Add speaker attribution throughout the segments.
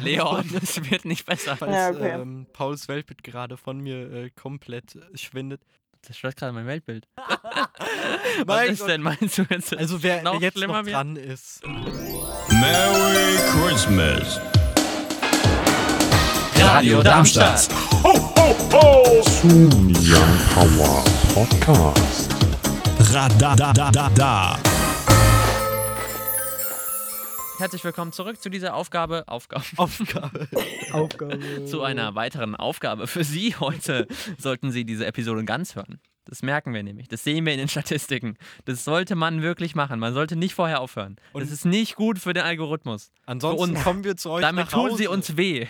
Speaker 1: Leon, es wird nicht besser.
Speaker 2: Falls
Speaker 3: Ja, okay.
Speaker 2: ähm, Pauls Weltbild gerade von mir äh, komplett schwindet.
Speaker 1: Das stört gerade mein Weltbild. Was
Speaker 2: Mein
Speaker 1: ist
Speaker 2: Gott.
Speaker 1: denn, meinst du jetzt?
Speaker 2: Also wer, wer
Speaker 1: Noch
Speaker 2: jetzt
Speaker 1: schlimmer
Speaker 2: noch
Speaker 1: wird?
Speaker 2: dran ist.
Speaker 4: Merry Christmas.
Speaker 1: Radio Darmstadt.
Speaker 4: Radadadada.
Speaker 1: Herzlich willkommen zurück zu dieser Aufgabe, Aufgabe,
Speaker 2: Aufgabe.
Speaker 5: Aufgabe.
Speaker 1: zu einer weiteren Aufgabe für Sie heute. sollten Sie diese Episode ganz hören. Das merken wir nämlich. Das sehen wir in den Statistiken. Das sollte man wirklich machen. Man sollte nicht vorher aufhören.
Speaker 2: Und-
Speaker 1: das ist nicht gut für den Algorithmus.
Speaker 2: Ansonsten
Speaker 1: Für uns.
Speaker 2: kommen wir zu euch
Speaker 1: Damit
Speaker 2: nach
Speaker 1: tun sie
Speaker 2: Hause.
Speaker 1: uns weh.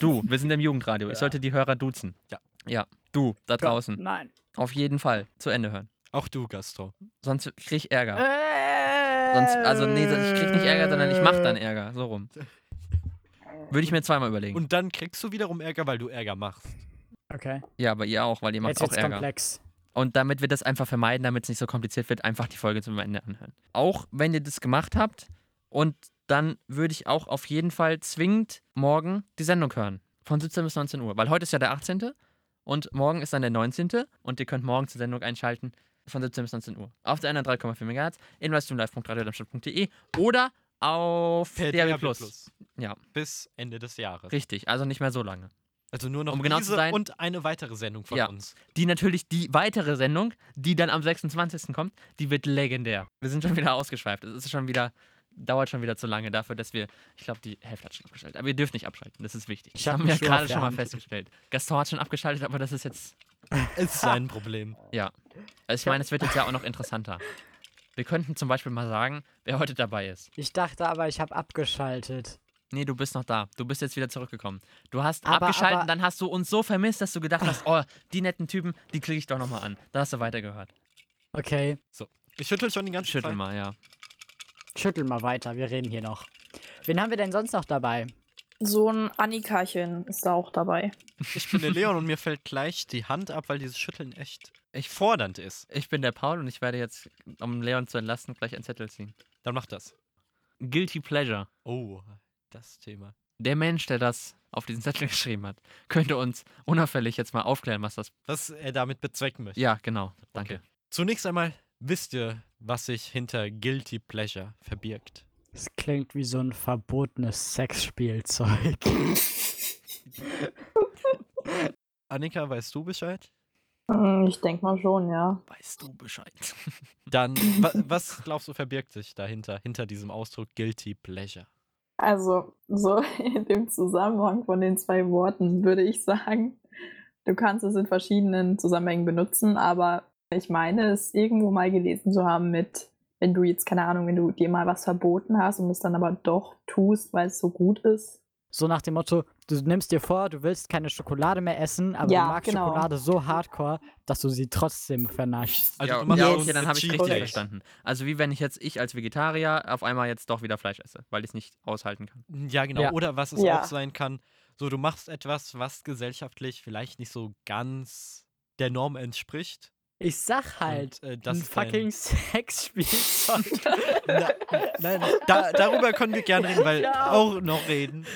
Speaker 1: Du, wir sind im Jugendradio. Ich sollte die Hörer duzen.
Speaker 2: Ja.
Speaker 1: Ja, du, da draußen.
Speaker 3: Nein.
Speaker 1: Auf jeden Fall zu Ende hören.
Speaker 2: Auch du, Gaston.
Speaker 1: Sonst krieg ich
Speaker 2: Äh.
Speaker 1: Ärger. Sonst, also nee, ich krieg
Speaker 5: Ähm,
Speaker 1: nicht Ärger, sondern ich mach dann Ärger. So rum. Würde ich mir zweimal überlegen.
Speaker 2: Und dann kriegst du wiederum Ärger, weil du Ärger machst.
Speaker 5: Okay.
Speaker 1: ja, aber ihr auch, weil ihr macht
Speaker 5: Jetzt
Speaker 1: auch
Speaker 5: wird's
Speaker 1: Ärger.
Speaker 5: komplex.
Speaker 1: Und damit wir das einfach vermeiden, damit es nicht so kompliziert wird, einfach die Folge zum Ende anhören. Auch wenn ihr das gemacht habt und dann würde ich auch auf jeden Fall zwingend morgen die Sendung hören. Von 17 bis 19 Uhr. Weil heute ist ja der 18. und morgen ist dann der 19. Und ihr könnt morgen zur Sendung einschalten von 17 bis 19 Uhr. Auf der 3,4 MHz, investmentlive.radiodarmstadt.de E oder auf
Speaker 2: Per
Speaker 1: DRB+.
Speaker 2: DAB+.
Speaker 1: Plus. Ja.
Speaker 2: Bis Ende des Jahres.
Speaker 1: Richtig, also nicht mehr so lange.
Speaker 2: Also nur noch
Speaker 1: Um genau zu
Speaker 2: diese
Speaker 1: sein-
Speaker 2: und eine weitere Sendung von
Speaker 1: Ja.
Speaker 2: uns.
Speaker 1: die natürlich die weitere Sendung, die dann am 26. kommt, die wird legendär. Wir sind schon wieder ausgeschweift. Es ist schon wieder, dauert schon wieder zu lange dafür, dass wir, ich glaube, die Hälfte hat schon abgeschaltet. Aber ihr dürft nicht abschalten, das ist wichtig.
Speaker 5: Ich
Speaker 1: das
Speaker 5: hab
Speaker 1: haben wir
Speaker 5: mich schon
Speaker 1: gerade
Speaker 5: auf der
Speaker 1: schon mal
Speaker 5: Hand.
Speaker 1: festgestellt. Gaston hat schon abgeschaltet, aber das ist jetzt,
Speaker 2: Ist sein Problem.
Speaker 1: also ich meine, es wird jetzt ja auch noch interessanter. Wir könnten zum Beispiel mal sagen, wer heute dabei ist.
Speaker 5: Ich dachte aber, ich habe abgeschaltet.
Speaker 1: Nee, du bist noch da. Du bist jetzt wieder zurückgekommen. Du hast
Speaker 5: Aber-
Speaker 1: abgeschaltet,
Speaker 5: aber-
Speaker 1: dann hast du uns so vermisst, dass du gedacht hast, oh, die netten Typen, die kriege ich doch nochmal an. Dann hast du weitergehört.
Speaker 5: Okay.
Speaker 2: Ich schüttel schon die ganze
Speaker 1: Schüttel
Speaker 2: Zeit.
Speaker 1: mal, ja.
Speaker 5: Schüttel mal weiter, wir reden hier noch. Wen haben wir denn sonst noch dabei?
Speaker 3: So ein Annikachen ist da auch dabei.
Speaker 2: Ich bin der Leon und mir fällt gleich die Hand ab, weil dieses Schütteln echt echt fordernd ist.
Speaker 1: Ich bin der Paul und ich werde jetzt, um Leon zu entlasten, gleich einen Zettel ziehen.
Speaker 2: Dann mach das.
Speaker 1: Guilty Pleasure.
Speaker 2: Oh, das Thema.
Speaker 1: Der Mensch, der das auf diesen Zettel geschrieben hat, könnte uns unauffällig jetzt mal aufklären, was das.
Speaker 2: Was er damit bezwecken möchte.
Speaker 1: Ja, genau. Danke.
Speaker 2: Zunächst einmal wisst ihr, was sich hinter Guilty Pleasure verbirgt.
Speaker 5: Es klingt wie so ein verbotenes Sexspielzeug.
Speaker 2: Annika, weißt du Bescheid?
Speaker 3: Hm, Ich denke mal schon, ja.
Speaker 1: Weißt du Bescheid?
Speaker 2: Dann, wa was glaubst du, verbirgt sich dahinter, hinter diesem Ausdruck Guilty Pleasure?
Speaker 3: Also, so in dem Zusammenhang von den zwei Worten würde ich sagen, du kannst es in verschiedenen Zusammenhängen benutzen, aber ich meine, es irgendwo mal gelesen zu haben mit, wenn du jetzt, keine Ahnung, wenn du dir mal was verboten hast und es dann aber doch tust, weil es so gut ist.
Speaker 5: So nach dem Motto, du nimmst dir vor, du willst keine Schokolade mehr essen, aber
Speaker 3: Ja,
Speaker 5: du magst
Speaker 3: genau.
Speaker 5: Schokolade so hardcore, dass du sie trotzdem vernaschst.
Speaker 2: Also
Speaker 1: ja,
Speaker 2: du machst
Speaker 1: ja,
Speaker 2: so
Speaker 1: okay,
Speaker 2: ein
Speaker 1: dann habe ich
Speaker 2: Cheat
Speaker 1: richtig
Speaker 3: Day.
Speaker 1: verstanden. Also wie wenn ich jetzt, ich als Vegetarier, auf einmal jetzt doch wieder Fleisch esse, weil ich es nicht aushalten kann.
Speaker 2: Ja, genau.
Speaker 5: Ja.
Speaker 2: Oder was es
Speaker 3: Ja.
Speaker 2: auch sein kann, so du machst etwas, was gesellschaftlich vielleicht nicht so ganz der Norm entspricht.
Speaker 5: Ich sag halt,
Speaker 2: Und, äh,
Speaker 5: ein
Speaker 2: ist dein-
Speaker 5: fucking Sexspielzeug.
Speaker 2: Na, nein, da, darüber können wir gerne reden, weil
Speaker 5: Ja.
Speaker 2: auch noch reden.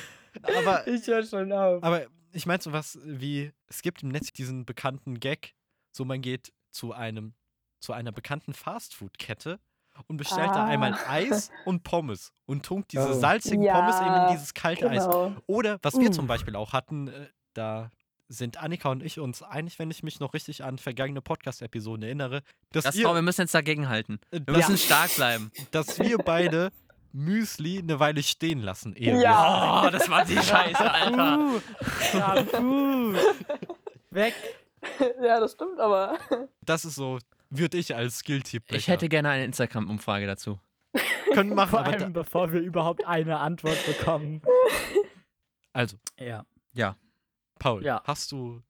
Speaker 2: Aber,
Speaker 5: ich höre schon auf.
Speaker 2: aber ich meine sowas wie, es gibt im Netz diesen bekannten Gag, so man geht zu einem, zu einer bekannten Fastfood-Kette und bestellt da
Speaker 3: Ah.
Speaker 2: einmal Eis und Pommes und tunkt diese
Speaker 5: Oh.
Speaker 2: salzigen
Speaker 3: Ja,
Speaker 2: Pommes eben in dieses kalte Eis.
Speaker 3: Genau.
Speaker 2: Oder was wir
Speaker 5: Uh.
Speaker 2: zum Beispiel auch hatten, äh, da sind Annika und ich uns einig, wenn ich mich noch richtig an vergangene Podcast-Episoden erinnere, dass,
Speaker 1: Das, oh,
Speaker 2: ihr,
Speaker 1: wir müssen jetzt dagegen halten.
Speaker 2: äh,
Speaker 1: Wir
Speaker 2: dass,
Speaker 1: müssen stark bleiben.
Speaker 2: dass wir beide Müsli eine Weile stehen lassen. Ehe wir-
Speaker 3: Ja,
Speaker 1: Oh, das war die Scheiße, Alter.
Speaker 5: Uh, ja, uh. Weg.
Speaker 3: ja, das stimmt, aber
Speaker 2: Das ist so, würde ich als Guilty Pleasure
Speaker 1: Ich hätte gerne eine Instagram-Umfrage dazu.
Speaker 2: können machen,
Speaker 5: Vor
Speaker 2: aber da,
Speaker 5: allem, bevor wir überhaupt eine Antwort bekommen.
Speaker 2: also
Speaker 5: Ja.
Speaker 2: Paul,
Speaker 5: Ja.
Speaker 2: hast du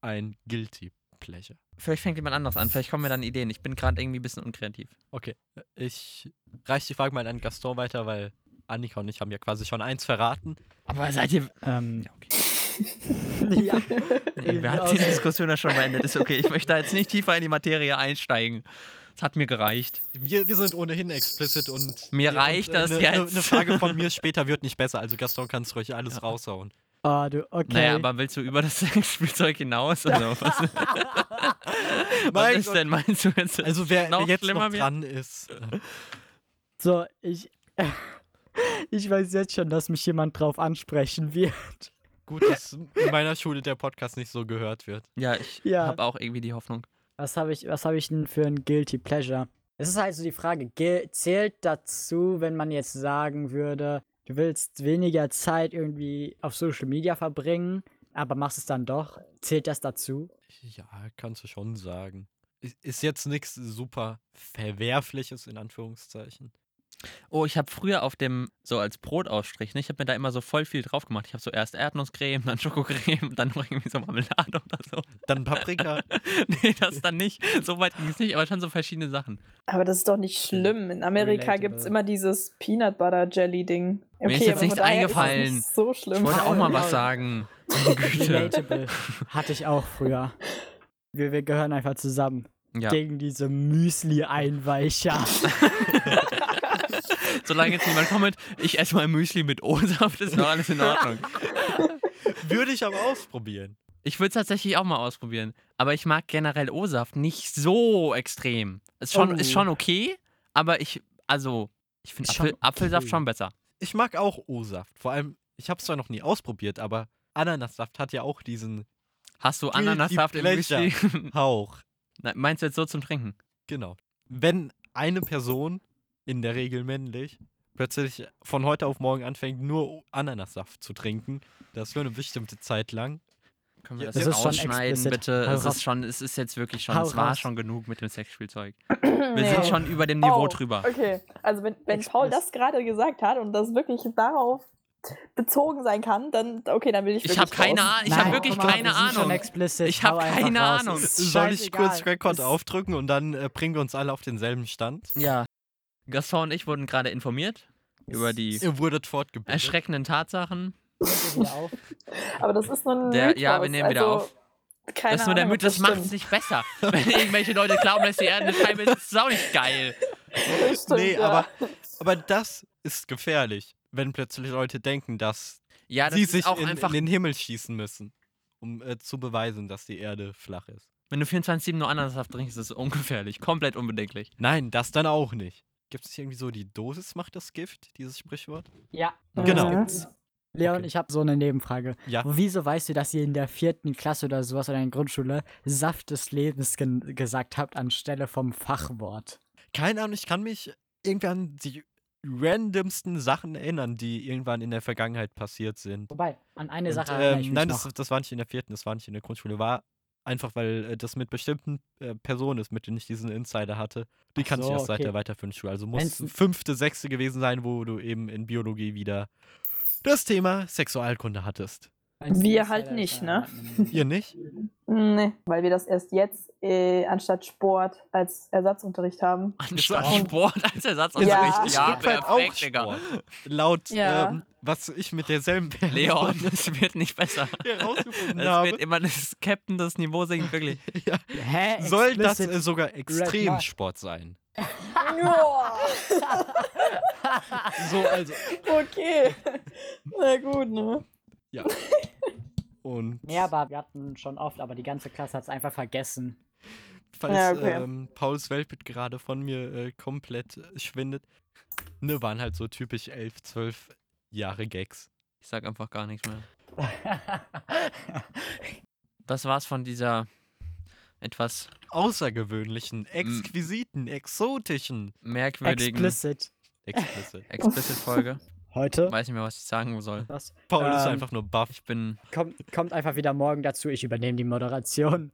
Speaker 2: ein Guilty Pleasure?
Speaker 1: Vielleicht fängt jemand anderes an. Vielleicht kommen mir dann Ideen. Ich bin gerade irgendwie ein bisschen unkreativ.
Speaker 2: Okay, ich reiche die Frage mal an Gaston weiter, weil Annika und ich haben ja quasi schon eins verraten.
Speaker 1: Aber seid ihr.
Speaker 5: Ähm,
Speaker 1: Ja, okay.
Speaker 5: ja.
Speaker 1: Nee, wir hatten
Speaker 5: Ja,
Speaker 1: diese
Speaker 5: okay.
Speaker 1: Diskussion ja schon beendet. Ist okay. Ich möchte da jetzt nicht tiefer in die Materie einsteigen. Das hat mir gereicht.
Speaker 2: Wir, wir sind ohnehin explizit und.
Speaker 1: Mir
Speaker 2: und, äh,
Speaker 1: reicht das
Speaker 2: eine,
Speaker 1: jetzt.
Speaker 2: Eine ne Frage von mir später wird nicht besser, also Gaston kannst ruhig alles raushauen.
Speaker 5: Ah, du, okay.
Speaker 1: Naja, aber willst du über das Sexspielzeug hinaus? Also, was, was
Speaker 2: Mein
Speaker 1: ist
Speaker 2: Gott.
Speaker 1: denn, meinst du jetzt?
Speaker 2: Also wer, wer
Speaker 1: Noch
Speaker 2: jetzt
Speaker 1: schlimmer
Speaker 2: noch
Speaker 1: wird.
Speaker 2: dran ist. äh,
Speaker 5: So, ich. Ich weiß jetzt schon, dass mich jemand drauf ansprechen wird.
Speaker 2: Gut, dass in meiner Schule der Podcast nicht so gehört wird.
Speaker 1: Ja, ich
Speaker 5: Ja.
Speaker 1: habe auch irgendwie die Hoffnung.
Speaker 5: Was habe ich, was hab ich denn für ein Guilty Pleasure? Es ist halt so die Frage, gel- zählt dazu, wenn man jetzt sagen würde, du willst weniger Zeit irgendwie auf Social Media verbringen, aber machst es dann doch? Zählt das dazu?
Speaker 2: Ja, kannst du schon sagen. Ist- Ist jetzt nichts super Verwerfliches, in Anführungszeichen.
Speaker 1: Oh, ich habe früher auf dem, so als Brotausstrich, ne, ich habe mir da immer so voll viel drauf gemacht. Ich habe so erst Erdnusscreme, dann Schokocreme, dann noch irgendwie so Marmelade oder so.
Speaker 2: Dann Paprika.
Speaker 1: nee, das dann nicht. So weit ging es nicht, aber schon so verschiedene Sachen.
Speaker 3: Aber das ist doch nicht schlimm. In Amerika
Speaker 5: Relatable.
Speaker 3: gibt es immer dieses Peanut Butter Jelly Ding.
Speaker 1: Mir ist
Speaker 3: Okay,
Speaker 1: jetzt
Speaker 3: aber von
Speaker 1: nichts
Speaker 3: daher ist es
Speaker 1: eingefallen.
Speaker 3: Nicht so schlimm.
Speaker 1: Ich wollte auch mal was
Speaker 5: Wow.
Speaker 1: sagen. Meine Oh, Güte.
Speaker 5: Relatable. Hatte ich auch früher. Wir, wir gehören einfach zusammen
Speaker 1: Ja,
Speaker 5: gegen diese Müsli-Einweicher.
Speaker 1: solange jetzt niemand kommt, ich esse mal Müsli mit O-Saft, ist noch alles in Ordnung.
Speaker 2: Würde ich aber ausprobieren.
Speaker 1: Ich würde es tatsächlich auch mal ausprobieren. Aber ich mag generell O-Saft nicht so extrem. Ist schon, ist
Speaker 5: Oh.
Speaker 1: schon okay, aber ich, also, ich finde
Speaker 5: Ist schon
Speaker 1: Apfel, Apfelsaft
Speaker 5: okay.
Speaker 1: schon besser.
Speaker 2: Ich mag auch O-Saft. Vor allem, ich habe es zwar noch nie ausprobiert, aber Ananassaft hat ja auch diesen
Speaker 1: Hast du
Speaker 2: Guilty
Speaker 1: Ananassaft im
Speaker 2: pleasure.
Speaker 1: Müsli?
Speaker 2: Hauch.
Speaker 1: Na, Meinst du jetzt so zum Trinken?
Speaker 2: Genau. Wenn eine Person, in der Regel männlich, plötzlich von heute auf morgen anfängt, nur Ananassaft zu trinken, das für eine bestimmte Zeit lang.
Speaker 1: Können wir
Speaker 2: Ja,
Speaker 1: das,
Speaker 5: das
Speaker 1: jetzt
Speaker 5: ist schon
Speaker 1: ausschneiden,
Speaker 5: explicit.
Speaker 1: bitte?
Speaker 5: Hau
Speaker 1: Es ist
Speaker 5: raus.
Speaker 1: schon, es ist jetzt wirklich schon,
Speaker 5: Hau
Speaker 1: es war
Speaker 5: raus.
Speaker 1: schon genug mit dem Sexspielzeug.
Speaker 3: Wir
Speaker 1: Wir sind schon über dem Niveau
Speaker 3: Oh,
Speaker 1: drüber.
Speaker 3: Okay, also wenn, wenn Paul das gerade gesagt hat und das wirklich darauf bezogen sein kann, dann okay, dann will ich
Speaker 1: Ich
Speaker 3: wirklich
Speaker 1: habe keine
Speaker 3: raus.
Speaker 1: Ahnung, ich habe
Speaker 5: Nein,
Speaker 1: wirklich
Speaker 5: guck mal,
Speaker 1: keine
Speaker 5: wir sind Schon
Speaker 1: Ahnung.
Speaker 5: explicit.
Speaker 1: Ich hab
Speaker 5: Hau einfach
Speaker 1: keine
Speaker 5: raus.
Speaker 1: ahnung.
Speaker 5: Ist
Speaker 2: äh, Soll ich kurz
Speaker 5: scheißegal.
Speaker 2: Rekord
Speaker 5: Ist-
Speaker 2: aufdrücken und dann äh, bringen wir uns alle auf denselben Stand?
Speaker 1: Ja. Gaston und ich wurden gerade informiert über die
Speaker 2: Ihr wurdet fortgebildet.
Speaker 1: erschreckenden Tatsachen.
Speaker 5: Hört ihr wieder auf?
Speaker 3: Aber das ist nur ein
Speaker 1: Der- ja,
Speaker 3: Mythos,
Speaker 1: wir nehmen wieder
Speaker 3: also,
Speaker 1: auf.
Speaker 3: Keine
Speaker 1: das ist nur der
Speaker 3: Ahnung, ob
Speaker 1: Mythos, das macht es
Speaker 3: stimmt.
Speaker 1: nicht besser. Wenn irgendwelche Leute glauben, dass die Erde eine Scheibe ist, ist es auch nicht geil.
Speaker 3: Das stimmt,
Speaker 2: Nee,
Speaker 3: ja.
Speaker 2: aber, aber das ist gefährlich, wenn plötzlich Leute denken, dass
Speaker 1: Ja, das
Speaker 2: sie
Speaker 1: ist
Speaker 2: sich
Speaker 1: auch
Speaker 2: in,
Speaker 1: einfach,
Speaker 2: in den Himmel schießen müssen, um äh, zu beweisen, dass die Erde flach ist.
Speaker 1: wenn du 24-7 nur Ananassaft trinkst, ist es ungefährlich. Komplett unbedenklich.
Speaker 2: Nein, das dann auch nicht. Gibt es irgendwie so, die Dosis macht das Gift, dieses Sprichwort?
Speaker 5: Ja.
Speaker 3: Mhm.
Speaker 5: Äh,
Speaker 2: Genau.
Speaker 5: Leon,
Speaker 2: Okay.
Speaker 5: ich habe so eine Nebenfrage.
Speaker 2: Ja.
Speaker 5: Wieso weißt du, dass ihr in der vierten Klasse oder sowas oder in der Grundschule Saft des Lebens gen- gesagt habt anstelle vom Fachwort?
Speaker 2: Keine Ahnung, ich kann mich irgendwie an die randomsten Sachen erinnern, die irgendwann in der Vergangenheit passiert sind.
Speaker 5: Wobei, an eine Sache
Speaker 2: Und,
Speaker 5: erinnere ich
Speaker 2: ähm,
Speaker 5: mich
Speaker 2: nein, das,
Speaker 5: noch.
Speaker 2: das war nicht in der vierten, das war nicht in der Grundschule. War einfach, weil äh, das mit bestimmten äh, Personen ist, mit denen ich diesen Insider hatte. Die
Speaker 5: Ach
Speaker 2: kannte
Speaker 5: so,
Speaker 2: ich erst seit
Speaker 5: okay.
Speaker 2: der weiterführenden Schule. Also muss
Speaker 5: Wenn's-
Speaker 2: fünfte, sechste gewesen sein, wo du eben in Biologie wieder das Thema Sexualkunde hattest.
Speaker 5: Als
Speaker 3: Wir
Speaker 5: Insider
Speaker 3: halt
Speaker 5: ist
Speaker 3: nicht,
Speaker 5: ja-
Speaker 2: Ihr nicht?
Speaker 3: Nee, weil wir das erst jetzt äh, anstatt Sport als Ersatzunterricht haben.
Speaker 1: Anstatt
Speaker 3: Und-
Speaker 1: Sport als Ersatzunterricht.
Speaker 3: Ja.
Speaker 2: ich
Speaker 1: ja
Speaker 2: guck halt auch
Speaker 1: perfekt, Digga.
Speaker 2: Sport. Laut,
Speaker 3: Ja.
Speaker 2: ähm, was ich mit derselben
Speaker 1: Leon, es wird nicht besser.
Speaker 2: herausgefunden
Speaker 1: Es
Speaker 2: habe.
Speaker 1: wird immer das Captain das Niveau sinkt, wirklich.
Speaker 5: Hä?
Speaker 2: Soll das
Speaker 5: Explicit.
Speaker 2: äh, sogar
Speaker 5: Mark.
Speaker 2: Extremsport sein?
Speaker 3: ja,
Speaker 2: So, also.
Speaker 3: okay. Na gut, ne?
Speaker 2: Ja. Und
Speaker 5: Ja, aber wir hatten schon oft, aber die ganze Klasse hat es einfach vergessen.
Speaker 2: falls
Speaker 3: Ja, okay.
Speaker 2: ähm, Pauls Weltbild gerade von mir äh, komplett äh, schwindet, ne, waren halt so typisch 11, 12 Jahre Gags.
Speaker 1: Ich sag einfach gar nichts mehr. Das war's von dieser etwas
Speaker 5: Mhm.
Speaker 2: Außergewöhnlichen, exquisiten, exotischen
Speaker 1: merkwürdigen
Speaker 2: ne?
Speaker 5: Explicit.
Speaker 2: Expresse.
Speaker 1: Explicit-Folge.
Speaker 5: Heute?
Speaker 1: Weiß nicht mehr, was ich sagen soll.
Speaker 5: Was?
Speaker 2: Paul ist
Speaker 5: Ähm,
Speaker 2: einfach nur buff.
Speaker 1: Ich bin,
Speaker 5: Kommt, kommt einfach wieder morgen dazu. Ich übernehme die Moderation.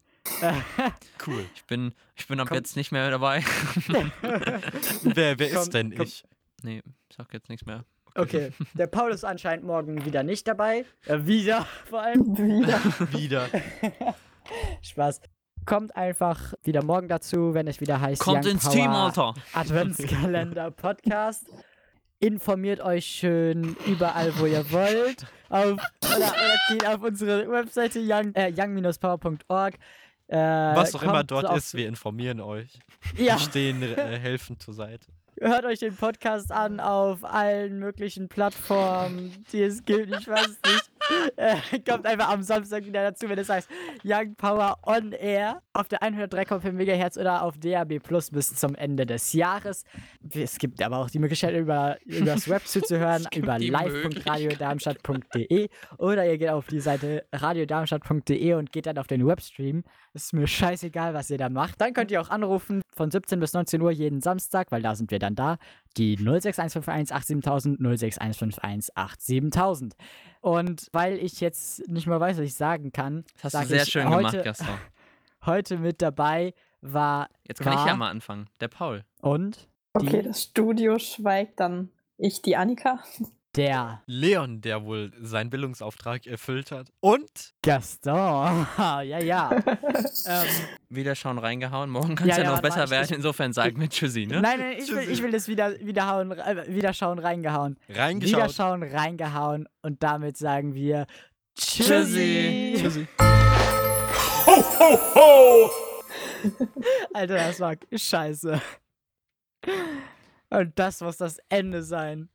Speaker 2: Cool.
Speaker 1: ich bin, ich bin ab
Speaker 5: Komm.
Speaker 1: jetzt nicht mehr dabei.
Speaker 2: Wer, wer
Speaker 5: Komm,
Speaker 2: ist denn
Speaker 5: komm.
Speaker 2: ich?
Speaker 1: Nee, ich sag jetzt nichts mehr.
Speaker 5: Okay, der Paul ist anscheinend morgen wieder nicht dabei. Äh, wieder vor allem.
Speaker 3: Wieder.
Speaker 2: Wieder.
Speaker 5: Äh, Spaß. Kommt einfach wieder morgen dazu, wenn es wieder heißt.
Speaker 1: Kommt
Speaker 5: Young
Speaker 1: ins
Speaker 5: Power
Speaker 1: Team, Alter.
Speaker 5: Adventskalender Podcast. Informiert euch schön überall, wo ihr wollt. Auf, oder, oder geht auf unsere Webseite young- äh, young-power.org. Äh,
Speaker 2: Was auch immer
Speaker 5: kommt
Speaker 2: dort
Speaker 5: auf-
Speaker 2: ist, wir informieren euch.
Speaker 5: Ja,
Speaker 2: Wir stehen äh, helfend zur Seite.
Speaker 5: hört euch den Podcast an auf allen möglichen Plattformen, die es gibt. Ich weiß es nicht. Äh, kommt einfach am Samstag wieder dazu, wenn es heißt Young Power on Air auf der 103,5 MHz oder auf DAB Plus bis zum Ende des Jahres. Es gibt aber auch die Möglichkeit, über, über das Web zuzuhören, über
Speaker 1: die
Speaker 5: live.radiodarmstadt.de oder ihr geht auf die Seite radiodarmstadt.de und geht dann auf den Webstream. Ist mir scheißegal, was ihr da macht. Dann könnt ihr auch anrufen von 17 bis 19 Uhr jeden Samstag, weil da sind wir dann da. Die 06151 87000, 06151 87000. Und weil ich jetzt nicht mal weiß, was ich sagen kann,
Speaker 1: Das hast
Speaker 5: sag
Speaker 1: du sehr
Speaker 5: ich
Speaker 1: schön
Speaker 5: heute,
Speaker 1: gemacht, Gaston.
Speaker 5: Heute mit dabei war
Speaker 1: Jetzt kann ich
Speaker 5: War-
Speaker 1: ja mal anfangen. Der Paul.
Speaker 5: und
Speaker 3: Okay,
Speaker 5: die,
Speaker 3: das Studio schweigt, dann ich, die Annika.
Speaker 5: der
Speaker 2: Leon, der wohl seinen Bildungsauftrag erfüllt hat. Und
Speaker 5: Gaston. ja, ja. ähm,
Speaker 1: Wieder schauen reingehauen. Morgen kann es
Speaker 5: Ja,
Speaker 1: ja,
Speaker 5: ja,
Speaker 1: noch
Speaker 5: warte,
Speaker 1: besser
Speaker 5: ich-
Speaker 1: werden. Insofern sagen wir Tschüssi, ne?
Speaker 5: Nein, nein, ich will, ich will das wieder, wieder, hauen, äh, wieder schauen, reingehauen. Wieder
Speaker 2: reingeschaut.
Speaker 5: schauen, reingehauen. Und damit sagen wir
Speaker 1: Tschüssi.
Speaker 5: Tschüssi. Alter, das war scheiße. Und das muss das Ende sein.